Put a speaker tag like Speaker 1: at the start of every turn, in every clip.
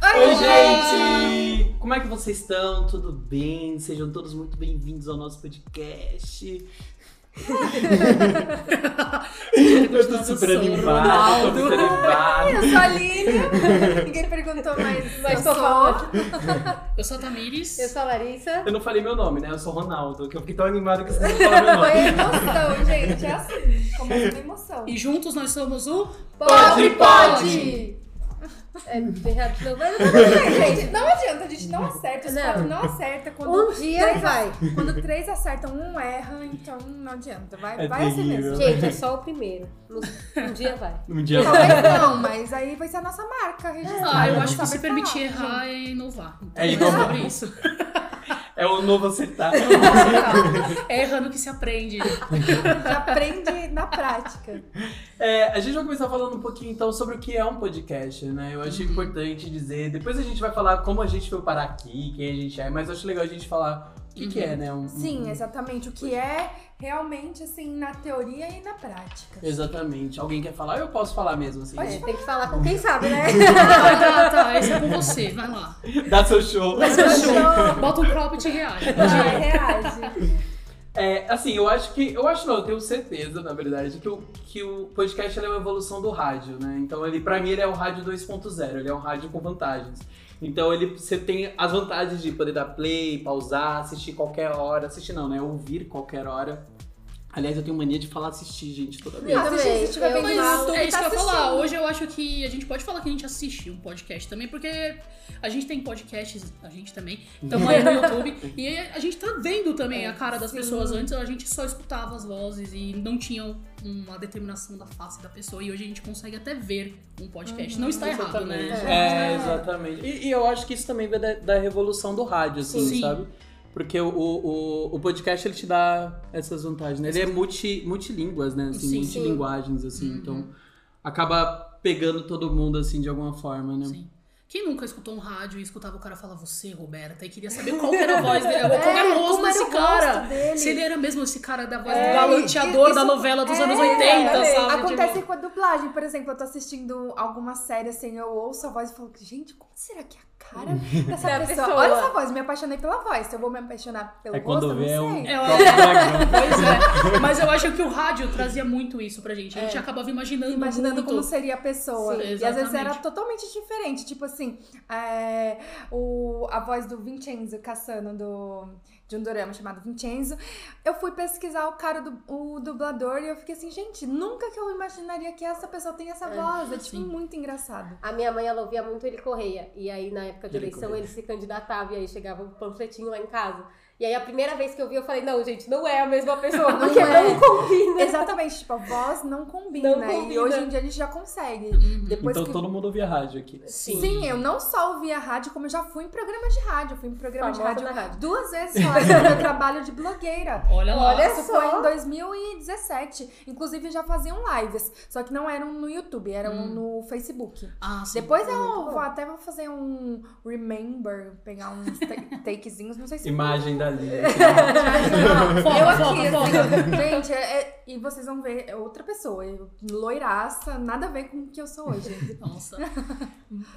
Speaker 1: Oi, gente! Como é que vocês estão? Tudo bem? Sejam todos muito bem-vindos ao nosso podcast. Eu tô super animada, tô muito animada.
Speaker 2: Eu sou a Aline. Ninguém perguntou mais.
Speaker 3: Mas
Speaker 2: eu
Speaker 3: tô
Speaker 2: sou-
Speaker 3: falando. Eu sou a Tamires.
Speaker 2: Eu sou a Larissa.
Speaker 1: Eu não falei meu nome, né? Eu sou Ronaldo, que eu fiquei tão animado que vocês não falaram meu nome.
Speaker 2: Foi emoção, gente. É assim. Começa com emoção.
Speaker 3: E juntos nós somos o.
Speaker 1: Pode,
Speaker 2: pode!
Speaker 4: É, errado, não, mas
Speaker 2: Gente, não adianta, a gente não acerta. Os
Speaker 4: Não.
Speaker 2: quatro não acerta. Quando,
Speaker 4: um dia
Speaker 2: Três
Speaker 4: vai.
Speaker 2: quando três acertam, um erra, então não adianta. Vai,
Speaker 1: É
Speaker 2: vai assim
Speaker 1: terrível.
Speaker 2: mesmo.
Speaker 4: Gente, é só o primeiro. No- Um dia vai.
Speaker 1: Um dia
Speaker 2: Talvez não, mas aí vai ser a nossa marca registrada.
Speaker 3: Ah, eu acho que
Speaker 2: Sabe
Speaker 3: se permitir
Speaker 2: falar,
Speaker 3: errar é inovar. Então,
Speaker 1: É inovar.
Speaker 3: sobre isso.
Speaker 1: é o novo acertar.
Speaker 3: É errando que se aprende.
Speaker 2: gente. Aprende na prática.
Speaker 1: É, a gente vai começar falando um pouquinho então sobre o que é um podcast, né? Eu acho importante dizer. Depois a gente vai falar como a gente foi parar aqui, quem a gente é, mas eu acho legal a gente falar o que, que é, né? Um-
Speaker 2: Sim,
Speaker 1: um-
Speaker 2: exatamente. O que é realmente, assim, na teoria e na prática.
Speaker 1: Exatamente. Alguém quer falar? Eu posso falar mesmo, assim.
Speaker 4: É, tem que falar com quem sabe, né?
Speaker 3: Ah, tá, tá. Esse é com você. Vai lá.
Speaker 1: Dá seu show.
Speaker 3: Tá Bota um cropped e reage.
Speaker 2: Vai, reage.
Speaker 1: É, assim, eu acho que. Eu acho não, eu tenho certeza, na verdade, que o, que o podcast ele é uma evolução do rádio, né? Então, ele, pra mim, ele é um rádio 2.0, ele é um rádio com vantagens. Então ele você tem as vantagens de poder dar play, pausar, assistir qualquer hora. Assistir não, né? Ouvir qualquer hora. Aliás, eu tenho mania de falar assistir, gente, toda vez.
Speaker 4: Eu
Speaker 2: Assiste,
Speaker 4: também.
Speaker 2: se tiver
Speaker 4: Eu-
Speaker 2: bem
Speaker 3: Mas
Speaker 2: lá, o
Speaker 3: é
Speaker 2: YouTube
Speaker 3: isso que
Speaker 2: tá
Speaker 3: eu ia falar.
Speaker 2: assistindo.
Speaker 3: Hoje eu acho que a gente pode falar que a gente assiste um podcast também, porque a gente tem podcasts, a gente também, estamos aí no YouTube, e a gente tá vendo também a cara das pessoas. Antes a gente só escutava as vozes e não tinha uma determinação da face da pessoa, e hoje a gente consegue até ver um podcast. não está errado, né?
Speaker 1: Exatamente.
Speaker 2: É.
Speaker 1: É, exatamente. E, e eu acho que isso também vem da, da revolução do rádio, assim,
Speaker 3: Sim.
Speaker 1: sabe? Porque o, o, o podcast, ele te dá essas vantagens, né? Ele é multi, multilínguas, né? Assim,
Speaker 3: Sim.
Speaker 1: multilinguagens, assim.
Speaker 3: Uhum.
Speaker 1: Então, acaba pegando todo mundo, assim, de alguma forma, né?
Speaker 3: Sim. Quem nunca escutou um rádio e escutava o cara falar você, Roberta, e queria saber qual que era a voz dele, ou qual
Speaker 2: É,
Speaker 3: era o rosto
Speaker 2: como era
Speaker 3: desse
Speaker 2: o
Speaker 3: cara?
Speaker 2: rosto dele.
Speaker 3: Se ele era mesmo esse cara da voz
Speaker 2: É,
Speaker 3: do galanteador
Speaker 2: e- isso-
Speaker 3: da novela dos
Speaker 2: É,
Speaker 3: anos 80,
Speaker 2: é,
Speaker 3: sabe?
Speaker 2: Acontece
Speaker 3: Tipo,
Speaker 2: com a dublagem, por exemplo, eu tô assistindo alguma série assim, eu ouço a voz e falo, gente, como será que é a cara
Speaker 3: Hum.
Speaker 2: dessa
Speaker 4: Da
Speaker 2: pessoa?
Speaker 4: pessoa.
Speaker 2: Olha essa voz, me apaixonei pela voz. Se eu vou me apaixonar pelo
Speaker 1: É
Speaker 2: rosto,
Speaker 1: quando
Speaker 2: eu
Speaker 1: vê
Speaker 2: não
Speaker 1: um...
Speaker 2: sei.
Speaker 3: É,
Speaker 1: Top Dragão.
Speaker 3: Pois é. Mas eu acho que o rádio trazia muito isso pra gente. A gente acabava imaginando,
Speaker 2: É. Imaginando
Speaker 3: muito.
Speaker 2: como seria a pessoa.
Speaker 3: Sim,
Speaker 2: e às vezes era
Speaker 3: exatamente.
Speaker 2: totalmente diferente. Tipo assim, é, o, a voz do Vincenzo Cassano, do, de um dorama chamado Vincenzo. Eu fui pesquisar o cara do o dublador e eu fiquei assim, gente, nunca que eu imaginaria que essa pessoa tem essa voz. É tipo
Speaker 3: sim.
Speaker 2: muito engraçado.
Speaker 4: A minha mãe, ela ouvia muito ele correia. E aí, na época de
Speaker 1: Ele
Speaker 4: eleição,
Speaker 1: Correia.
Speaker 4: ele se candidatava. E aí, chegava um panfletinho lá em casa. E aí, a primeira vez que eu vi, eu falei, não, gente, não é a mesma pessoa.
Speaker 2: Não
Speaker 4: Porque
Speaker 2: é.
Speaker 4: não combina.
Speaker 2: Exatamente, tipo, a voz não combina. né?
Speaker 4: Não
Speaker 2: E
Speaker 4: combina.
Speaker 2: hoje em dia a gente já consegue. Depois
Speaker 1: Então,
Speaker 2: que...
Speaker 1: todo mundo ouvia rádio aqui.
Speaker 2: Sim. eu não só ouvia rádio, como eu já fui em programa de rádio. Eu fui em programa
Speaker 4: Famosa
Speaker 2: de
Speaker 4: na
Speaker 2: rádio,
Speaker 4: rádio.
Speaker 2: duas vezes só, no meu trabalho de blogueira.
Speaker 3: Olha lá.
Speaker 4: Olha
Speaker 2: Isso
Speaker 4: só.
Speaker 2: foi em 2017. Inclusive, já faziam lives, só que não eram no YouTube, eram no Facebook.
Speaker 3: Ah, sim.
Speaker 2: Depois eu
Speaker 4: muito
Speaker 2: vou,
Speaker 4: bom.
Speaker 2: até vou fazer um remember, pegar uns ta- takezinhos, não sei se...
Speaker 1: Imagem assim, né? da
Speaker 3: É.
Speaker 1: Lia.
Speaker 3: Ah, foca,
Speaker 2: Eu
Speaker 3: foca,
Speaker 2: aqui,
Speaker 3: foca.
Speaker 2: assim, gente, é- é- e vocês vão ver, é outra pessoa, eu, loiraça, nada a ver com o que eu sou hoje.
Speaker 3: Nossa.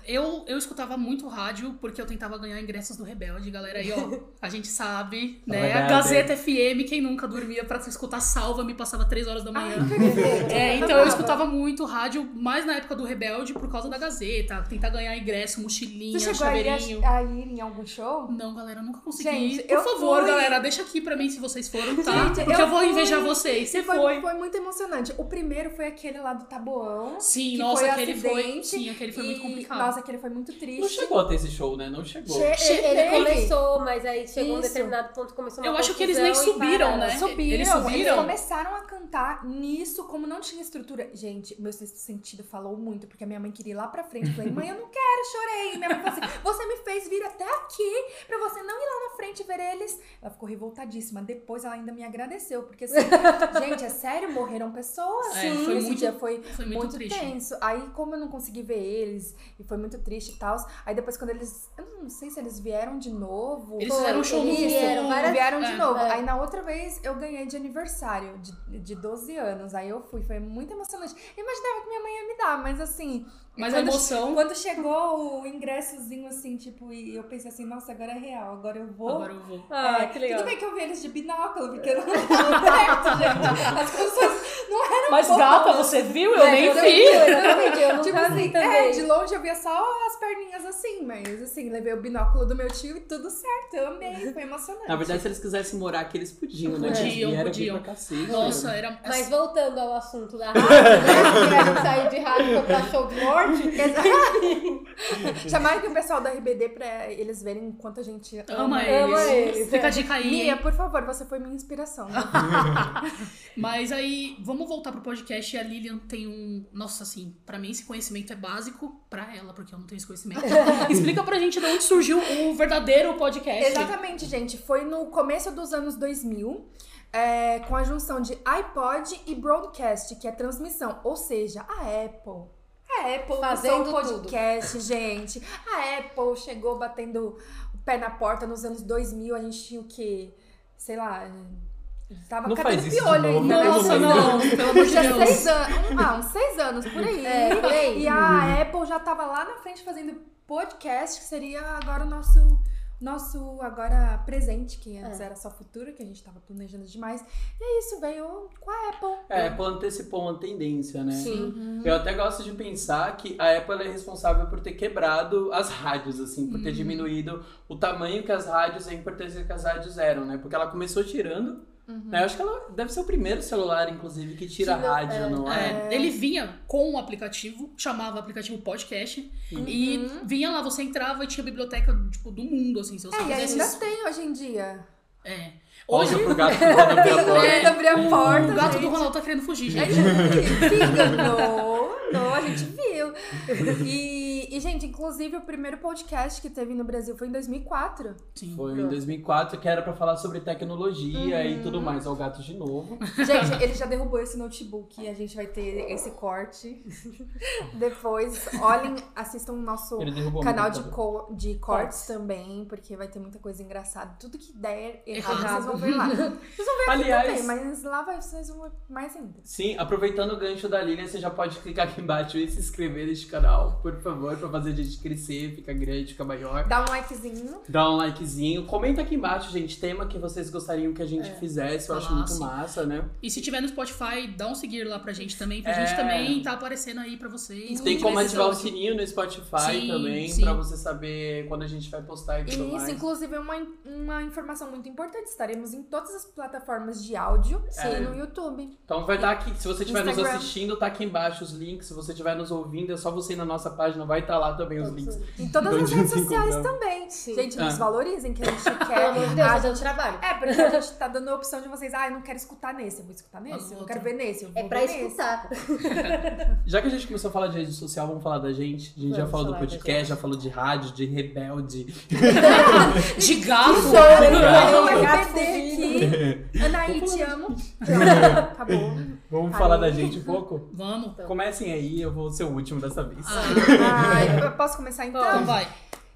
Speaker 3: Eu, eu escutava muito rádio porque eu tentava ganhar ingressos do Rebelde, galera. E ó, a gente sabe, né? A
Speaker 1: Rebelde.
Speaker 3: Gazeta FM, quem nunca dormia pra escutar salva, me passava três horas da manhã.
Speaker 2: Incrível.
Speaker 3: É, então eu escutava muito rádio, mais na época do Rebelde, por causa da Gazeta. Tentar ganhar ingresso, mochilinha,
Speaker 2: Você chegou a ir,
Speaker 3: chaveirinho.
Speaker 2: a, a ir em algum show?
Speaker 3: Não, galera, eu nunca consegui.
Speaker 2: Gente,
Speaker 3: por
Speaker 2: eu
Speaker 3: favor,
Speaker 2: fui.
Speaker 3: galera, deixa aqui pra mim se vocês foram, tá?
Speaker 2: Gente,
Speaker 3: Porque eu,
Speaker 2: eu
Speaker 3: vou
Speaker 2: fui.
Speaker 3: invejar vocês. Você
Speaker 2: E
Speaker 3: foi.
Speaker 2: foi, um foi muito emocionante. O primeiro foi aquele lá do Taboão.
Speaker 3: Sim,
Speaker 2: que
Speaker 3: nossa,
Speaker 2: foi
Speaker 3: aquele foi.
Speaker 2: acidente
Speaker 3: Sim, aquele foi muito
Speaker 2: e,
Speaker 3: complicado.
Speaker 2: Nossa, aquele foi muito
Speaker 1: Não
Speaker 2: triste.
Speaker 1: chegou a ter esse show, né? Não chegou.
Speaker 2: Che-
Speaker 4: Che- Ele
Speaker 2: teve.
Speaker 4: começou, mas aí chegou um
Speaker 2: Isso.
Speaker 4: determinado ponto, começou uma
Speaker 3: Eu acho que eles nem
Speaker 4: confusão e
Speaker 3: subiram,
Speaker 4: pararam.
Speaker 3: né?
Speaker 2: Subiram,
Speaker 3: Eles subiram?
Speaker 2: começaram a cantar nisso, como não tinha estrutura. Gente, meu sexto sentido falou muito, porque a minha mãe queria ir lá pra frente. Eu falei, mãe, eu não quero, chorei. Minha mãe falou assim: você me fez vir até aqui pra você não ir lá na frente ver eles. Ela ficou revoltadíssima. Depois ela ainda me agradeceu, porque assim, gente, é sério, morreram pessoas.
Speaker 3: É, foi
Speaker 2: esse
Speaker 3: muito-
Speaker 2: dia foi
Speaker 3: Foi muito,
Speaker 2: muito,
Speaker 3: triste.
Speaker 2: tenso. Aí, como eu não consegui ver eles, e foi muito triste e tal. Aí depois, quando eles. Eu não sei se eles vieram de novo.
Speaker 3: Eles
Speaker 2: Foi,
Speaker 3: fizeram um show no
Speaker 2: eles
Speaker 4: Isso,
Speaker 3: vieram,
Speaker 4: vieram várias-
Speaker 2: vieram de
Speaker 3: é,
Speaker 2: novo.
Speaker 4: é.
Speaker 2: Aí na outra vez eu ganhei de aniversário de, de 12 anos. Aí eu fui, foi muito emocionante. Eu imaginava que minha mãe ia me dar, mas assim,
Speaker 3: Mas a
Speaker 2: Quando-
Speaker 3: emoção.
Speaker 2: Quando chegou o ingressozinho assim, tipo, e eu pensei assim, nossa, agora é real, agora eu vou.
Speaker 3: Agora eu vou.
Speaker 4: Ah,
Speaker 2: É,
Speaker 4: que legal.
Speaker 2: Tudo bem que eu vi eles de binóculo, porque não tava perto, gente. As pessoas não eram
Speaker 5: Mas
Speaker 2: boas.
Speaker 5: gata, você viu? Eu
Speaker 4: Mas
Speaker 5: nem
Speaker 4: eu
Speaker 5: vi.
Speaker 4: Exatamente, eu não
Speaker 2: Tipo
Speaker 4: vi
Speaker 2: assim,
Speaker 4: também.
Speaker 2: é, de longe eu via só as perninhas assim, mas assim, levei o binóculo do meu tio e tudo certo, eu amei, foi emocionante.
Speaker 1: Na verdade, se eles quisessem morar aqui, eles podiam, né?
Speaker 3: Podiam,
Speaker 1: Eles vieram aqui
Speaker 3: podiam.
Speaker 1: pra cacete. né?
Speaker 3: Nossa, era. assim,
Speaker 4: Mas voltando ao assunto da rádio, né? que a gente saiu de rádio foi pra show de morte.
Speaker 2: Chamaram aqui o pessoal da RBD pra eles verem o quanto a gente ama.
Speaker 3: Ama
Speaker 4: Ama
Speaker 3: eles.
Speaker 4: eles,
Speaker 3: Fica
Speaker 4: é.
Speaker 3: a dica aí. hein?
Speaker 2: Mia, por favor, você foi minha inspiração.
Speaker 3: Mas aí, vamos voltar pro podcast. A Lilian tem um. Nossa, assim, pra mim esse conhecimento é básico pra ela, porque eu não tenho esse conhecimento. Explica pra gente de onde surgiu o verdadeiro podcast.
Speaker 2: Exatamente, gente. Foi no começo dos anos 2000, é, com a junção de iPod e Broadcast, que é transmissão. Ou seja, a Apple. A Apple
Speaker 4: Fazendo
Speaker 2: lançou um podcast, gente. A Apple chegou batendo o pé na porta nos anos 2000. A gente tinha o quê? Sei lá... Tava
Speaker 1: Não
Speaker 2: cabelo
Speaker 1: faz isso de
Speaker 2: piolho
Speaker 1: novo,
Speaker 2: ainda, né,
Speaker 3: Nossa,
Speaker 2: gente?
Speaker 3: não, pelo amor de
Speaker 2: Já
Speaker 3: Deus.
Speaker 2: seis anos, ah, uns seis anos, por aí.
Speaker 4: É, por aí.
Speaker 2: E
Speaker 3: Uhum.
Speaker 2: a Apple já tava lá na frente fazendo podcast, que seria agora o nosso, nosso agora presente, que antes
Speaker 3: É.
Speaker 2: era só futuro, que a gente tava planejando demais. E é isso, veio com a Apple.
Speaker 1: É, a Apple antecipou uma tendência, né?
Speaker 4: Sim.
Speaker 1: Eu até gosto de pensar que a Apple ela é responsável por ter quebrado as rádios, assim, por ter diminuído o tamanho que as rádios, a importância que as rádios eram, né? Porque ela começou tirando, né? Eu acho que ela deve ser o primeiro celular, inclusive, que tira
Speaker 4: Tira,
Speaker 1: rádio,
Speaker 4: é.
Speaker 1: não é?
Speaker 3: É, ele vinha com o aplicativo, chamava o aplicativo podcast, e vinha lá, você entrava e tinha biblioteca tipo, do mundo, assim, se você
Speaker 2: É, e
Speaker 3: quisesse.
Speaker 2: ainda tem hoje em dia.
Speaker 3: É. Hoje,
Speaker 1: Olha pro gato que tá na minha porta.
Speaker 2: Ainda abrir a porta,
Speaker 3: o gato
Speaker 2: gente.
Speaker 3: do Ronaldo tá querendo fugir,
Speaker 2: É,
Speaker 3: gente.
Speaker 2: Fica, não, não, a gente viu. E, e, gente, inclusive o primeiro podcast que teve no Brasil foi em 2004.
Speaker 3: Sim.
Speaker 1: Foi em 2004 que era pra falar sobre tecnologia e tudo mais. Olha o gato de novo.
Speaker 2: Gente, ele já derrubou esse notebook. A gente vai ter esse corte. Depois, olhem, assistam o nosso
Speaker 1: Ele tá derrubou meu
Speaker 2: canal de,
Speaker 1: computador.
Speaker 2: co- de cortes também, porque vai ter muita coisa engraçada. Tudo que der errado,
Speaker 3: Errado.
Speaker 2: vocês vão ver lá. Vocês vão ver aqui
Speaker 1: Aliás-
Speaker 2: também, mas lá vai, vocês vão ver mais ainda.
Speaker 1: Sim, aproveitando o gancho da Lilian, você já pode clicar aqui embaixo e se inscrever neste canal, por favor, pra fazer a gente crescer, ficar grande, ficar maior.
Speaker 2: Dá um likezinho.
Speaker 1: Dá um likezinho. Comenta aqui embaixo, gente, tema que vocês gostariam que a gente fizesse. Eu acho muito
Speaker 3: Falasse.
Speaker 1: massa, né?
Speaker 3: E se tiver no Spotify, dá um seguir lá pra gente também, pra
Speaker 1: É.
Speaker 3: gente também tá aparecendo aí pra vocês.
Speaker 1: Tem
Speaker 3: Quando
Speaker 1: como
Speaker 3: tiver
Speaker 1: ativar o
Speaker 3: episódio.
Speaker 1: sininho no Spotify
Speaker 3: Sim,
Speaker 1: também,
Speaker 3: sim.
Speaker 1: pra você saber quando a gente vai postar e
Speaker 2: E
Speaker 1: tudo
Speaker 2: isso,
Speaker 1: mais.
Speaker 2: inclusive, é uma, uma informação muito importante. Estaremos em todas as plataformas de áudio
Speaker 1: É.
Speaker 2: e no YouTube.
Speaker 1: Então vai estar aqui, se você estiver nos
Speaker 2: Instagram.
Speaker 1: assistindo, tá aqui embaixo os links. Se você estiver nos ouvindo, é só você ir na nossa página, vai estar lá também os
Speaker 4: Tá
Speaker 1: links.
Speaker 2: Em todas
Speaker 1: Onde
Speaker 2: as redes
Speaker 1: nos
Speaker 2: sociais
Speaker 1: encontramos.
Speaker 2: também.
Speaker 4: Sim.
Speaker 2: Gente,
Speaker 1: Ah.
Speaker 2: nos valorizem, que a gente
Speaker 4: Pelo
Speaker 2: quer
Speaker 4: amor de Deus,
Speaker 2: a
Speaker 4: tá dando trabalho.
Speaker 2: É, porque a gente tá dando a opção de vocês, ah, eu não quero escutar nesse, eu vou escutar
Speaker 3: Ah,
Speaker 2: nesse, eu não
Speaker 3: outro.
Speaker 2: quero ver nesse, eu vou
Speaker 4: É pra
Speaker 2: ver nesse.
Speaker 4: escutar.
Speaker 1: Já que a gente começou a falar de rede social, vamos falar da gente. A gente já
Speaker 4: Vamos
Speaker 1: falou do
Speaker 4: falar da
Speaker 1: podcast, já falou de rádio, de rebelde.
Speaker 3: De gato.
Speaker 1: Então.
Speaker 2: Eu
Speaker 4: Gato
Speaker 2: vou
Speaker 4: fugido.
Speaker 2: perder aqui. Anaí, te amo.
Speaker 1: É.
Speaker 2: Tá Acabou.
Speaker 1: Vamos
Speaker 2: Ai.
Speaker 1: falar da gente um pouco?
Speaker 3: Vamos.
Speaker 1: Comecem aí, eu vou ser o último dessa vez.
Speaker 3: Ah,
Speaker 2: Ai, eu posso começar então?
Speaker 3: então vai.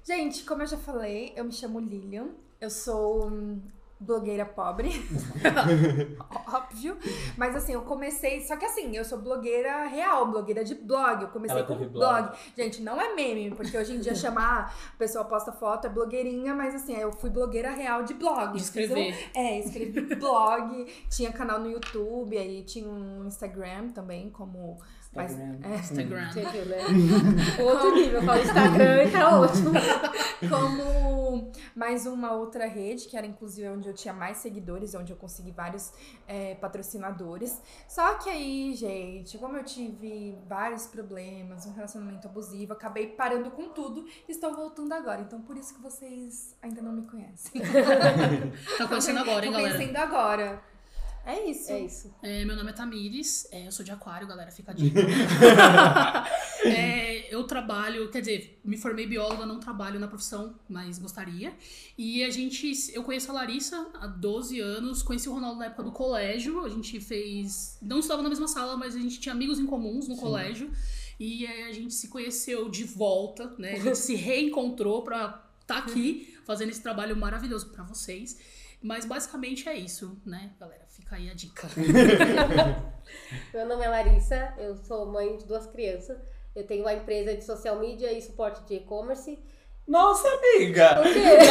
Speaker 2: Gente, como eu já falei, eu me chamo Lilian, eu sou hum, blogueira pobre, óbvio, mas assim, eu comecei, só que assim, eu sou blogueira real, blogueira de blog, eu comecei
Speaker 1: Ela
Speaker 2: com
Speaker 1: teve
Speaker 2: blog.
Speaker 1: blog.
Speaker 2: Gente, não é meme, porque hoje em dia chamar, a pessoa posta foto, é blogueirinha, mas assim, eu fui blogueira real de blog.
Speaker 3: De
Speaker 2: Fiz um-
Speaker 3: escrever.
Speaker 2: é, escrevi blog, tinha canal no YouTube, aí tinha um Instagram também, como... mas-
Speaker 1: Instagram.
Speaker 2: é,
Speaker 3: Instagram.
Speaker 4: Você viu, né? Outro nível, fala Instagram e tá ótimo.
Speaker 2: como mais uma outra rede, que era inclusive onde eu tinha mais seguidores, onde eu consegui vários é, patrocinadores. Só que aí, gente, como eu tive vários problemas, um relacionamento abusivo, acabei parando com tudo e estou voltando agora. Então por isso que vocês ainda não me conhecem.
Speaker 3: Tá conhecendo agora, hein,
Speaker 2: Tô
Speaker 3: galera?
Speaker 2: conhecendo agora. É isso.
Speaker 4: É isso.
Speaker 3: É, meu nome é Tamires, é, eu sou de aquário, galera, fica a dica. É, eu trabalho, quer dizer, me formei bióloga, não trabalho na profissão, mas gostaria. E a gente, eu conheço a Larissa há 12 anos, conheci o Ronaldo na época do colégio, a gente fez, não estudava na mesma sala, mas a gente tinha amigos em comuns no colégio. E aí a gente se conheceu de volta, né? A gente se reencontrou pra estar aqui fazendo esse trabalho maravilhoso pra vocês. Mas basicamente é isso, né, galera? Fica aí a dica.
Speaker 4: Meu nome é Larissa, eu sou mãe de duas crianças. Eu tenho uma empresa de social media e suporte de e-commerce.
Speaker 1: Nossa, amiga!
Speaker 4: Por quê?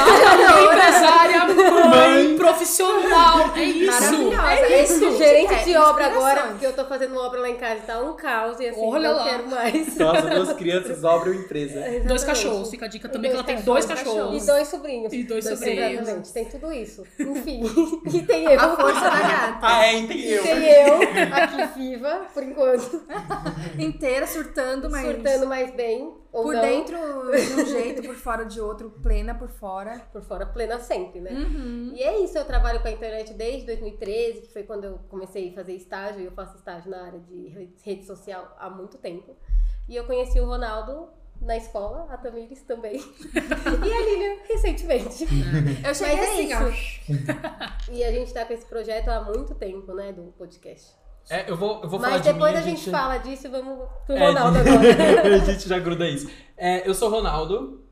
Speaker 3: Empresária, é. mãe,
Speaker 1: Mãe.
Speaker 3: profissional. É isso.
Speaker 2: Maravilhosa.
Speaker 4: É isso, gerente
Speaker 2: é,
Speaker 4: de obra
Speaker 2: inspirações.
Speaker 4: agora, porque eu tô fazendo obra lá em casa e tá um caos e assim,
Speaker 3: Olha
Speaker 4: não
Speaker 3: lá.
Speaker 4: quero mais.
Speaker 1: Nossa, duas crianças, obra e empresa.
Speaker 3: Dois
Speaker 4: Exatamente.
Speaker 3: cachorros. Fica a dica também que ela tem dois
Speaker 4: Dois
Speaker 3: cachorros.
Speaker 4: E dois sobrinhos.
Speaker 3: E dois sobrinhos.
Speaker 4: Exatamente, tem tudo isso. Enfim, e tem eu.
Speaker 2: A força da gata.
Speaker 1: Ah, é, entendeu?
Speaker 4: Tem eu aqui viva, por enquanto,
Speaker 2: Inteira, surtando, mas...
Speaker 4: surtando mais bem. Ou
Speaker 2: Por
Speaker 4: não,
Speaker 2: dentro de um jeito, por fora de outro, plena por fora.
Speaker 4: Por fora, plena sempre, né?
Speaker 2: Uhum.
Speaker 4: E é isso, eu trabalho com a internet desde 2013, que foi quando eu comecei a fazer estágio, e eu faço estágio na área de re- rede social há muito tempo. E eu conheci o Ronaldo na escola, a Tamires também, e a Lilian recentemente.
Speaker 2: Eu cheguei
Speaker 4: Mas
Speaker 2: assim,
Speaker 4: é
Speaker 2: ó.
Speaker 4: E a gente tá com esse projeto há muito tempo, né, do podcast.
Speaker 1: É, eu vou, eu vou falar
Speaker 4: Mas
Speaker 1: de
Speaker 4: depois
Speaker 1: mim,
Speaker 4: a gente fala disso e vamos pro
Speaker 1: É,
Speaker 4: Ronaldo
Speaker 1: de-
Speaker 4: agora. né?
Speaker 1: a gente já gruda isso. É, eu sou Ronaldo.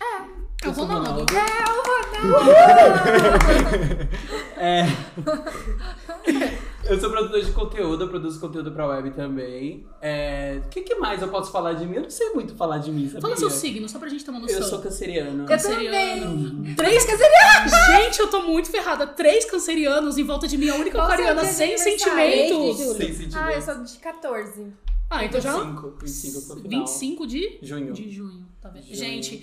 Speaker 3: É o
Speaker 1: Eu sou
Speaker 3: Ronaldo.
Speaker 1: É. eu sou produtor de conteúdo, eu produzo conteúdo pra web também. É, O que, que mais eu posso falar de mim? Eu não sei muito falar de mim, sabia?
Speaker 3: Fala seu signo, só pra gente ter uma noção.
Speaker 1: Eu sou canceriano.
Speaker 2: Eu
Speaker 3: Canceriano. Três cancerianos! Gente, eu tô muito ferrada. Três cancerianos em volta de mim, a única
Speaker 2: Qual seu
Speaker 3: aquariana
Speaker 2: dia de
Speaker 3: sem
Speaker 2: aniversário?
Speaker 3: sentimentos.
Speaker 4: Julho.
Speaker 1: Sem sentimentos.
Speaker 2: Ah, eu sou de 14.
Speaker 3: Ah, então já.
Speaker 1: 25, 25 pro final.
Speaker 3: 25 de?
Speaker 1: Junho.
Speaker 3: De junho, tá vendo?
Speaker 1: Junho.
Speaker 3: Gente,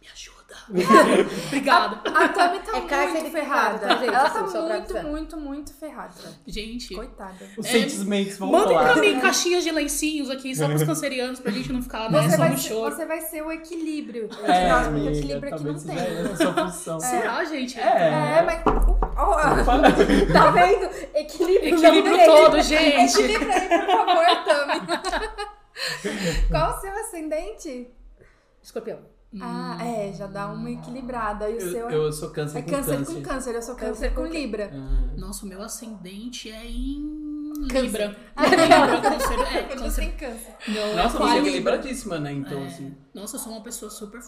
Speaker 3: me ajuda. Obrigada.
Speaker 2: A Tami tá
Speaker 4: É
Speaker 2: muito
Speaker 4: caracterizado,
Speaker 2: ferrada.
Speaker 4: tá, gente?
Speaker 2: Ela
Speaker 4: Assim,
Speaker 2: tá
Speaker 4: só pra
Speaker 2: muito,
Speaker 4: avisar.
Speaker 2: muito, muito ferrada.
Speaker 3: Gente,
Speaker 2: Coitada.
Speaker 1: Os
Speaker 3: É,
Speaker 1: sentimentos vão
Speaker 3: mandem
Speaker 1: falar.
Speaker 3: pra mim caixinhas de lencinhos aqui, só pros cancerianos, pra gente não ficar né,
Speaker 2: Você
Speaker 3: só
Speaker 2: vai,
Speaker 3: no
Speaker 2: ser,
Speaker 3: choro.
Speaker 2: você vai ser o equilíbrio. entre
Speaker 1: É,
Speaker 2: nós, porque
Speaker 1: amiga,
Speaker 2: equilíbrio aqui não
Speaker 1: talvez seja
Speaker 2: tem.
Speaker 1: essa a sua função.
Speaker 3: Será, gente?
Speaker 1: É.
Speaker 2: É, mas. Ó,
Speaker 4: Tá vendo? Equilíbrio.
Speaker 3: Equilíbrio
Speaker 4: não tem.
Speaker 3: todo,
Speaker 2: É
Speaker 3: gente.
Speaker 2: equilibra aí, por favor, Tami. Qual o seu ascendente?
Speaker 4: Escorpião.
Speaker 2: Ah, é, já dá uma equilibrada. E o seu
Speaker 1: Eu,
Speaker 2: é-
Speaker 1: eu sou câncer
Speaker 2: é
Speaker 1: com
Speaker 2: câncer
Speaker 1: câncer.
Speaker 2: com câncer, eu sou câncer,
Speaker 4: Câncer
Speaker 2: com
Speaker 4: com câncer.
Speaker 2: libra.
Speaker 1: Ah,
Speaker 3: Nossa, o meu ascendente é em.
Speaker 2: Câncer. Ah,
Speaker 3: Libra. Libra, câncer. É,
Speaker 2: Porque você
Speaker 3: câncer.
Speaker 2: tem câncer.
Speaker 3: Não,
Speaker 1: Nossa,
Speaker 3: aquário
Speaker 1: você é
Speaker 3: e Libra.
Speaker 1: equilibradíssima, né? Então,
Speaker 3: É.
Speaker 1: assim.
Speaker 3: Nossa, eu sou uma pessoa super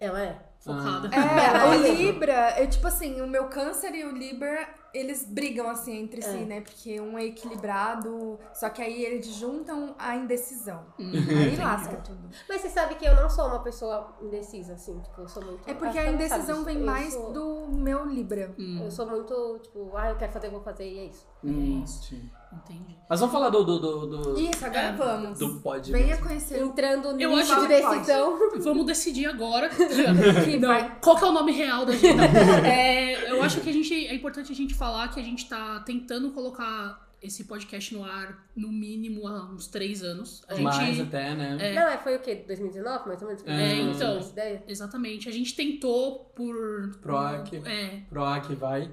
Speaker 4: Ela é.
Speaker 3: focada.
Speaker 2: É,
Speaker 4: Ela
Speaker 2: o
Speaker 4: é
Speaker 2: Libra, eu, tipo assim, o meu câncer e o Libra, eles brigam assim entre si, né? Porque um é equilibrado, só que aí eles juntam a indecisão.
Speaker 3: Hum,
Speaker 1: Uhum.
Speaker 2: Aí lasca tudo.
Speaker 4: Mas você sabe que eu não sou uma pessoa indecisa, assim. Tipo, eu sou muito.
Speaker 2: É porque
Speaker 4: acho
Speaker 2: a
Speaker 4: que ela sabe
Speaker 2: indecisão
Speaker 4: disso.
Speaker 2: vem
Speaker 4: Eu
Speaker 2: mais
Speaker 4: sou-
Speaker 2: do meu Libra.
Speaker 3: hum,
Speaker 4: Eu sou muito, tipo, ah, eu quero fazer, eu vou fazer, e é isso.
Speaker 1: Hum, sim.
Speaker 3: Entendi.
Speaker 1: Mas vamos falar do. do, do, do...
Speaker 2: Isso, agora vamos.
Speaker 1: É, Do pod.
Speaker 2: Venha conhecer o
Speaker 4: Entrando
Speaker 3: Eu
Speaker 4: no
Speaker 3: acho
Speaker 4: nível de
Speaker 2: que
Speaker 4: decisão.
Speaker 3: Vamos decidir agora.
Speaker 2: que vai.
Speaker 3: Qual que é o nome real da gente? Não. É, eu acho que a gente é importante a gente falar que a gente tá tentando colocar esse podcast no ar no mínimo há uns três anos. A gente
Speaker 1: Mais até, né?
Speaker 3: É.
Speaker 4: Não, é, foi o quê? 2019, mais ou menos?
Speaker 1: É,
Speaker 3: então.
Speaker 4: Essa ideia?
Speaker 3: exatamente, a gente tentou por
Speaker 1: Proac.
Speaker 3: é,
Speaker 1: Proac vai.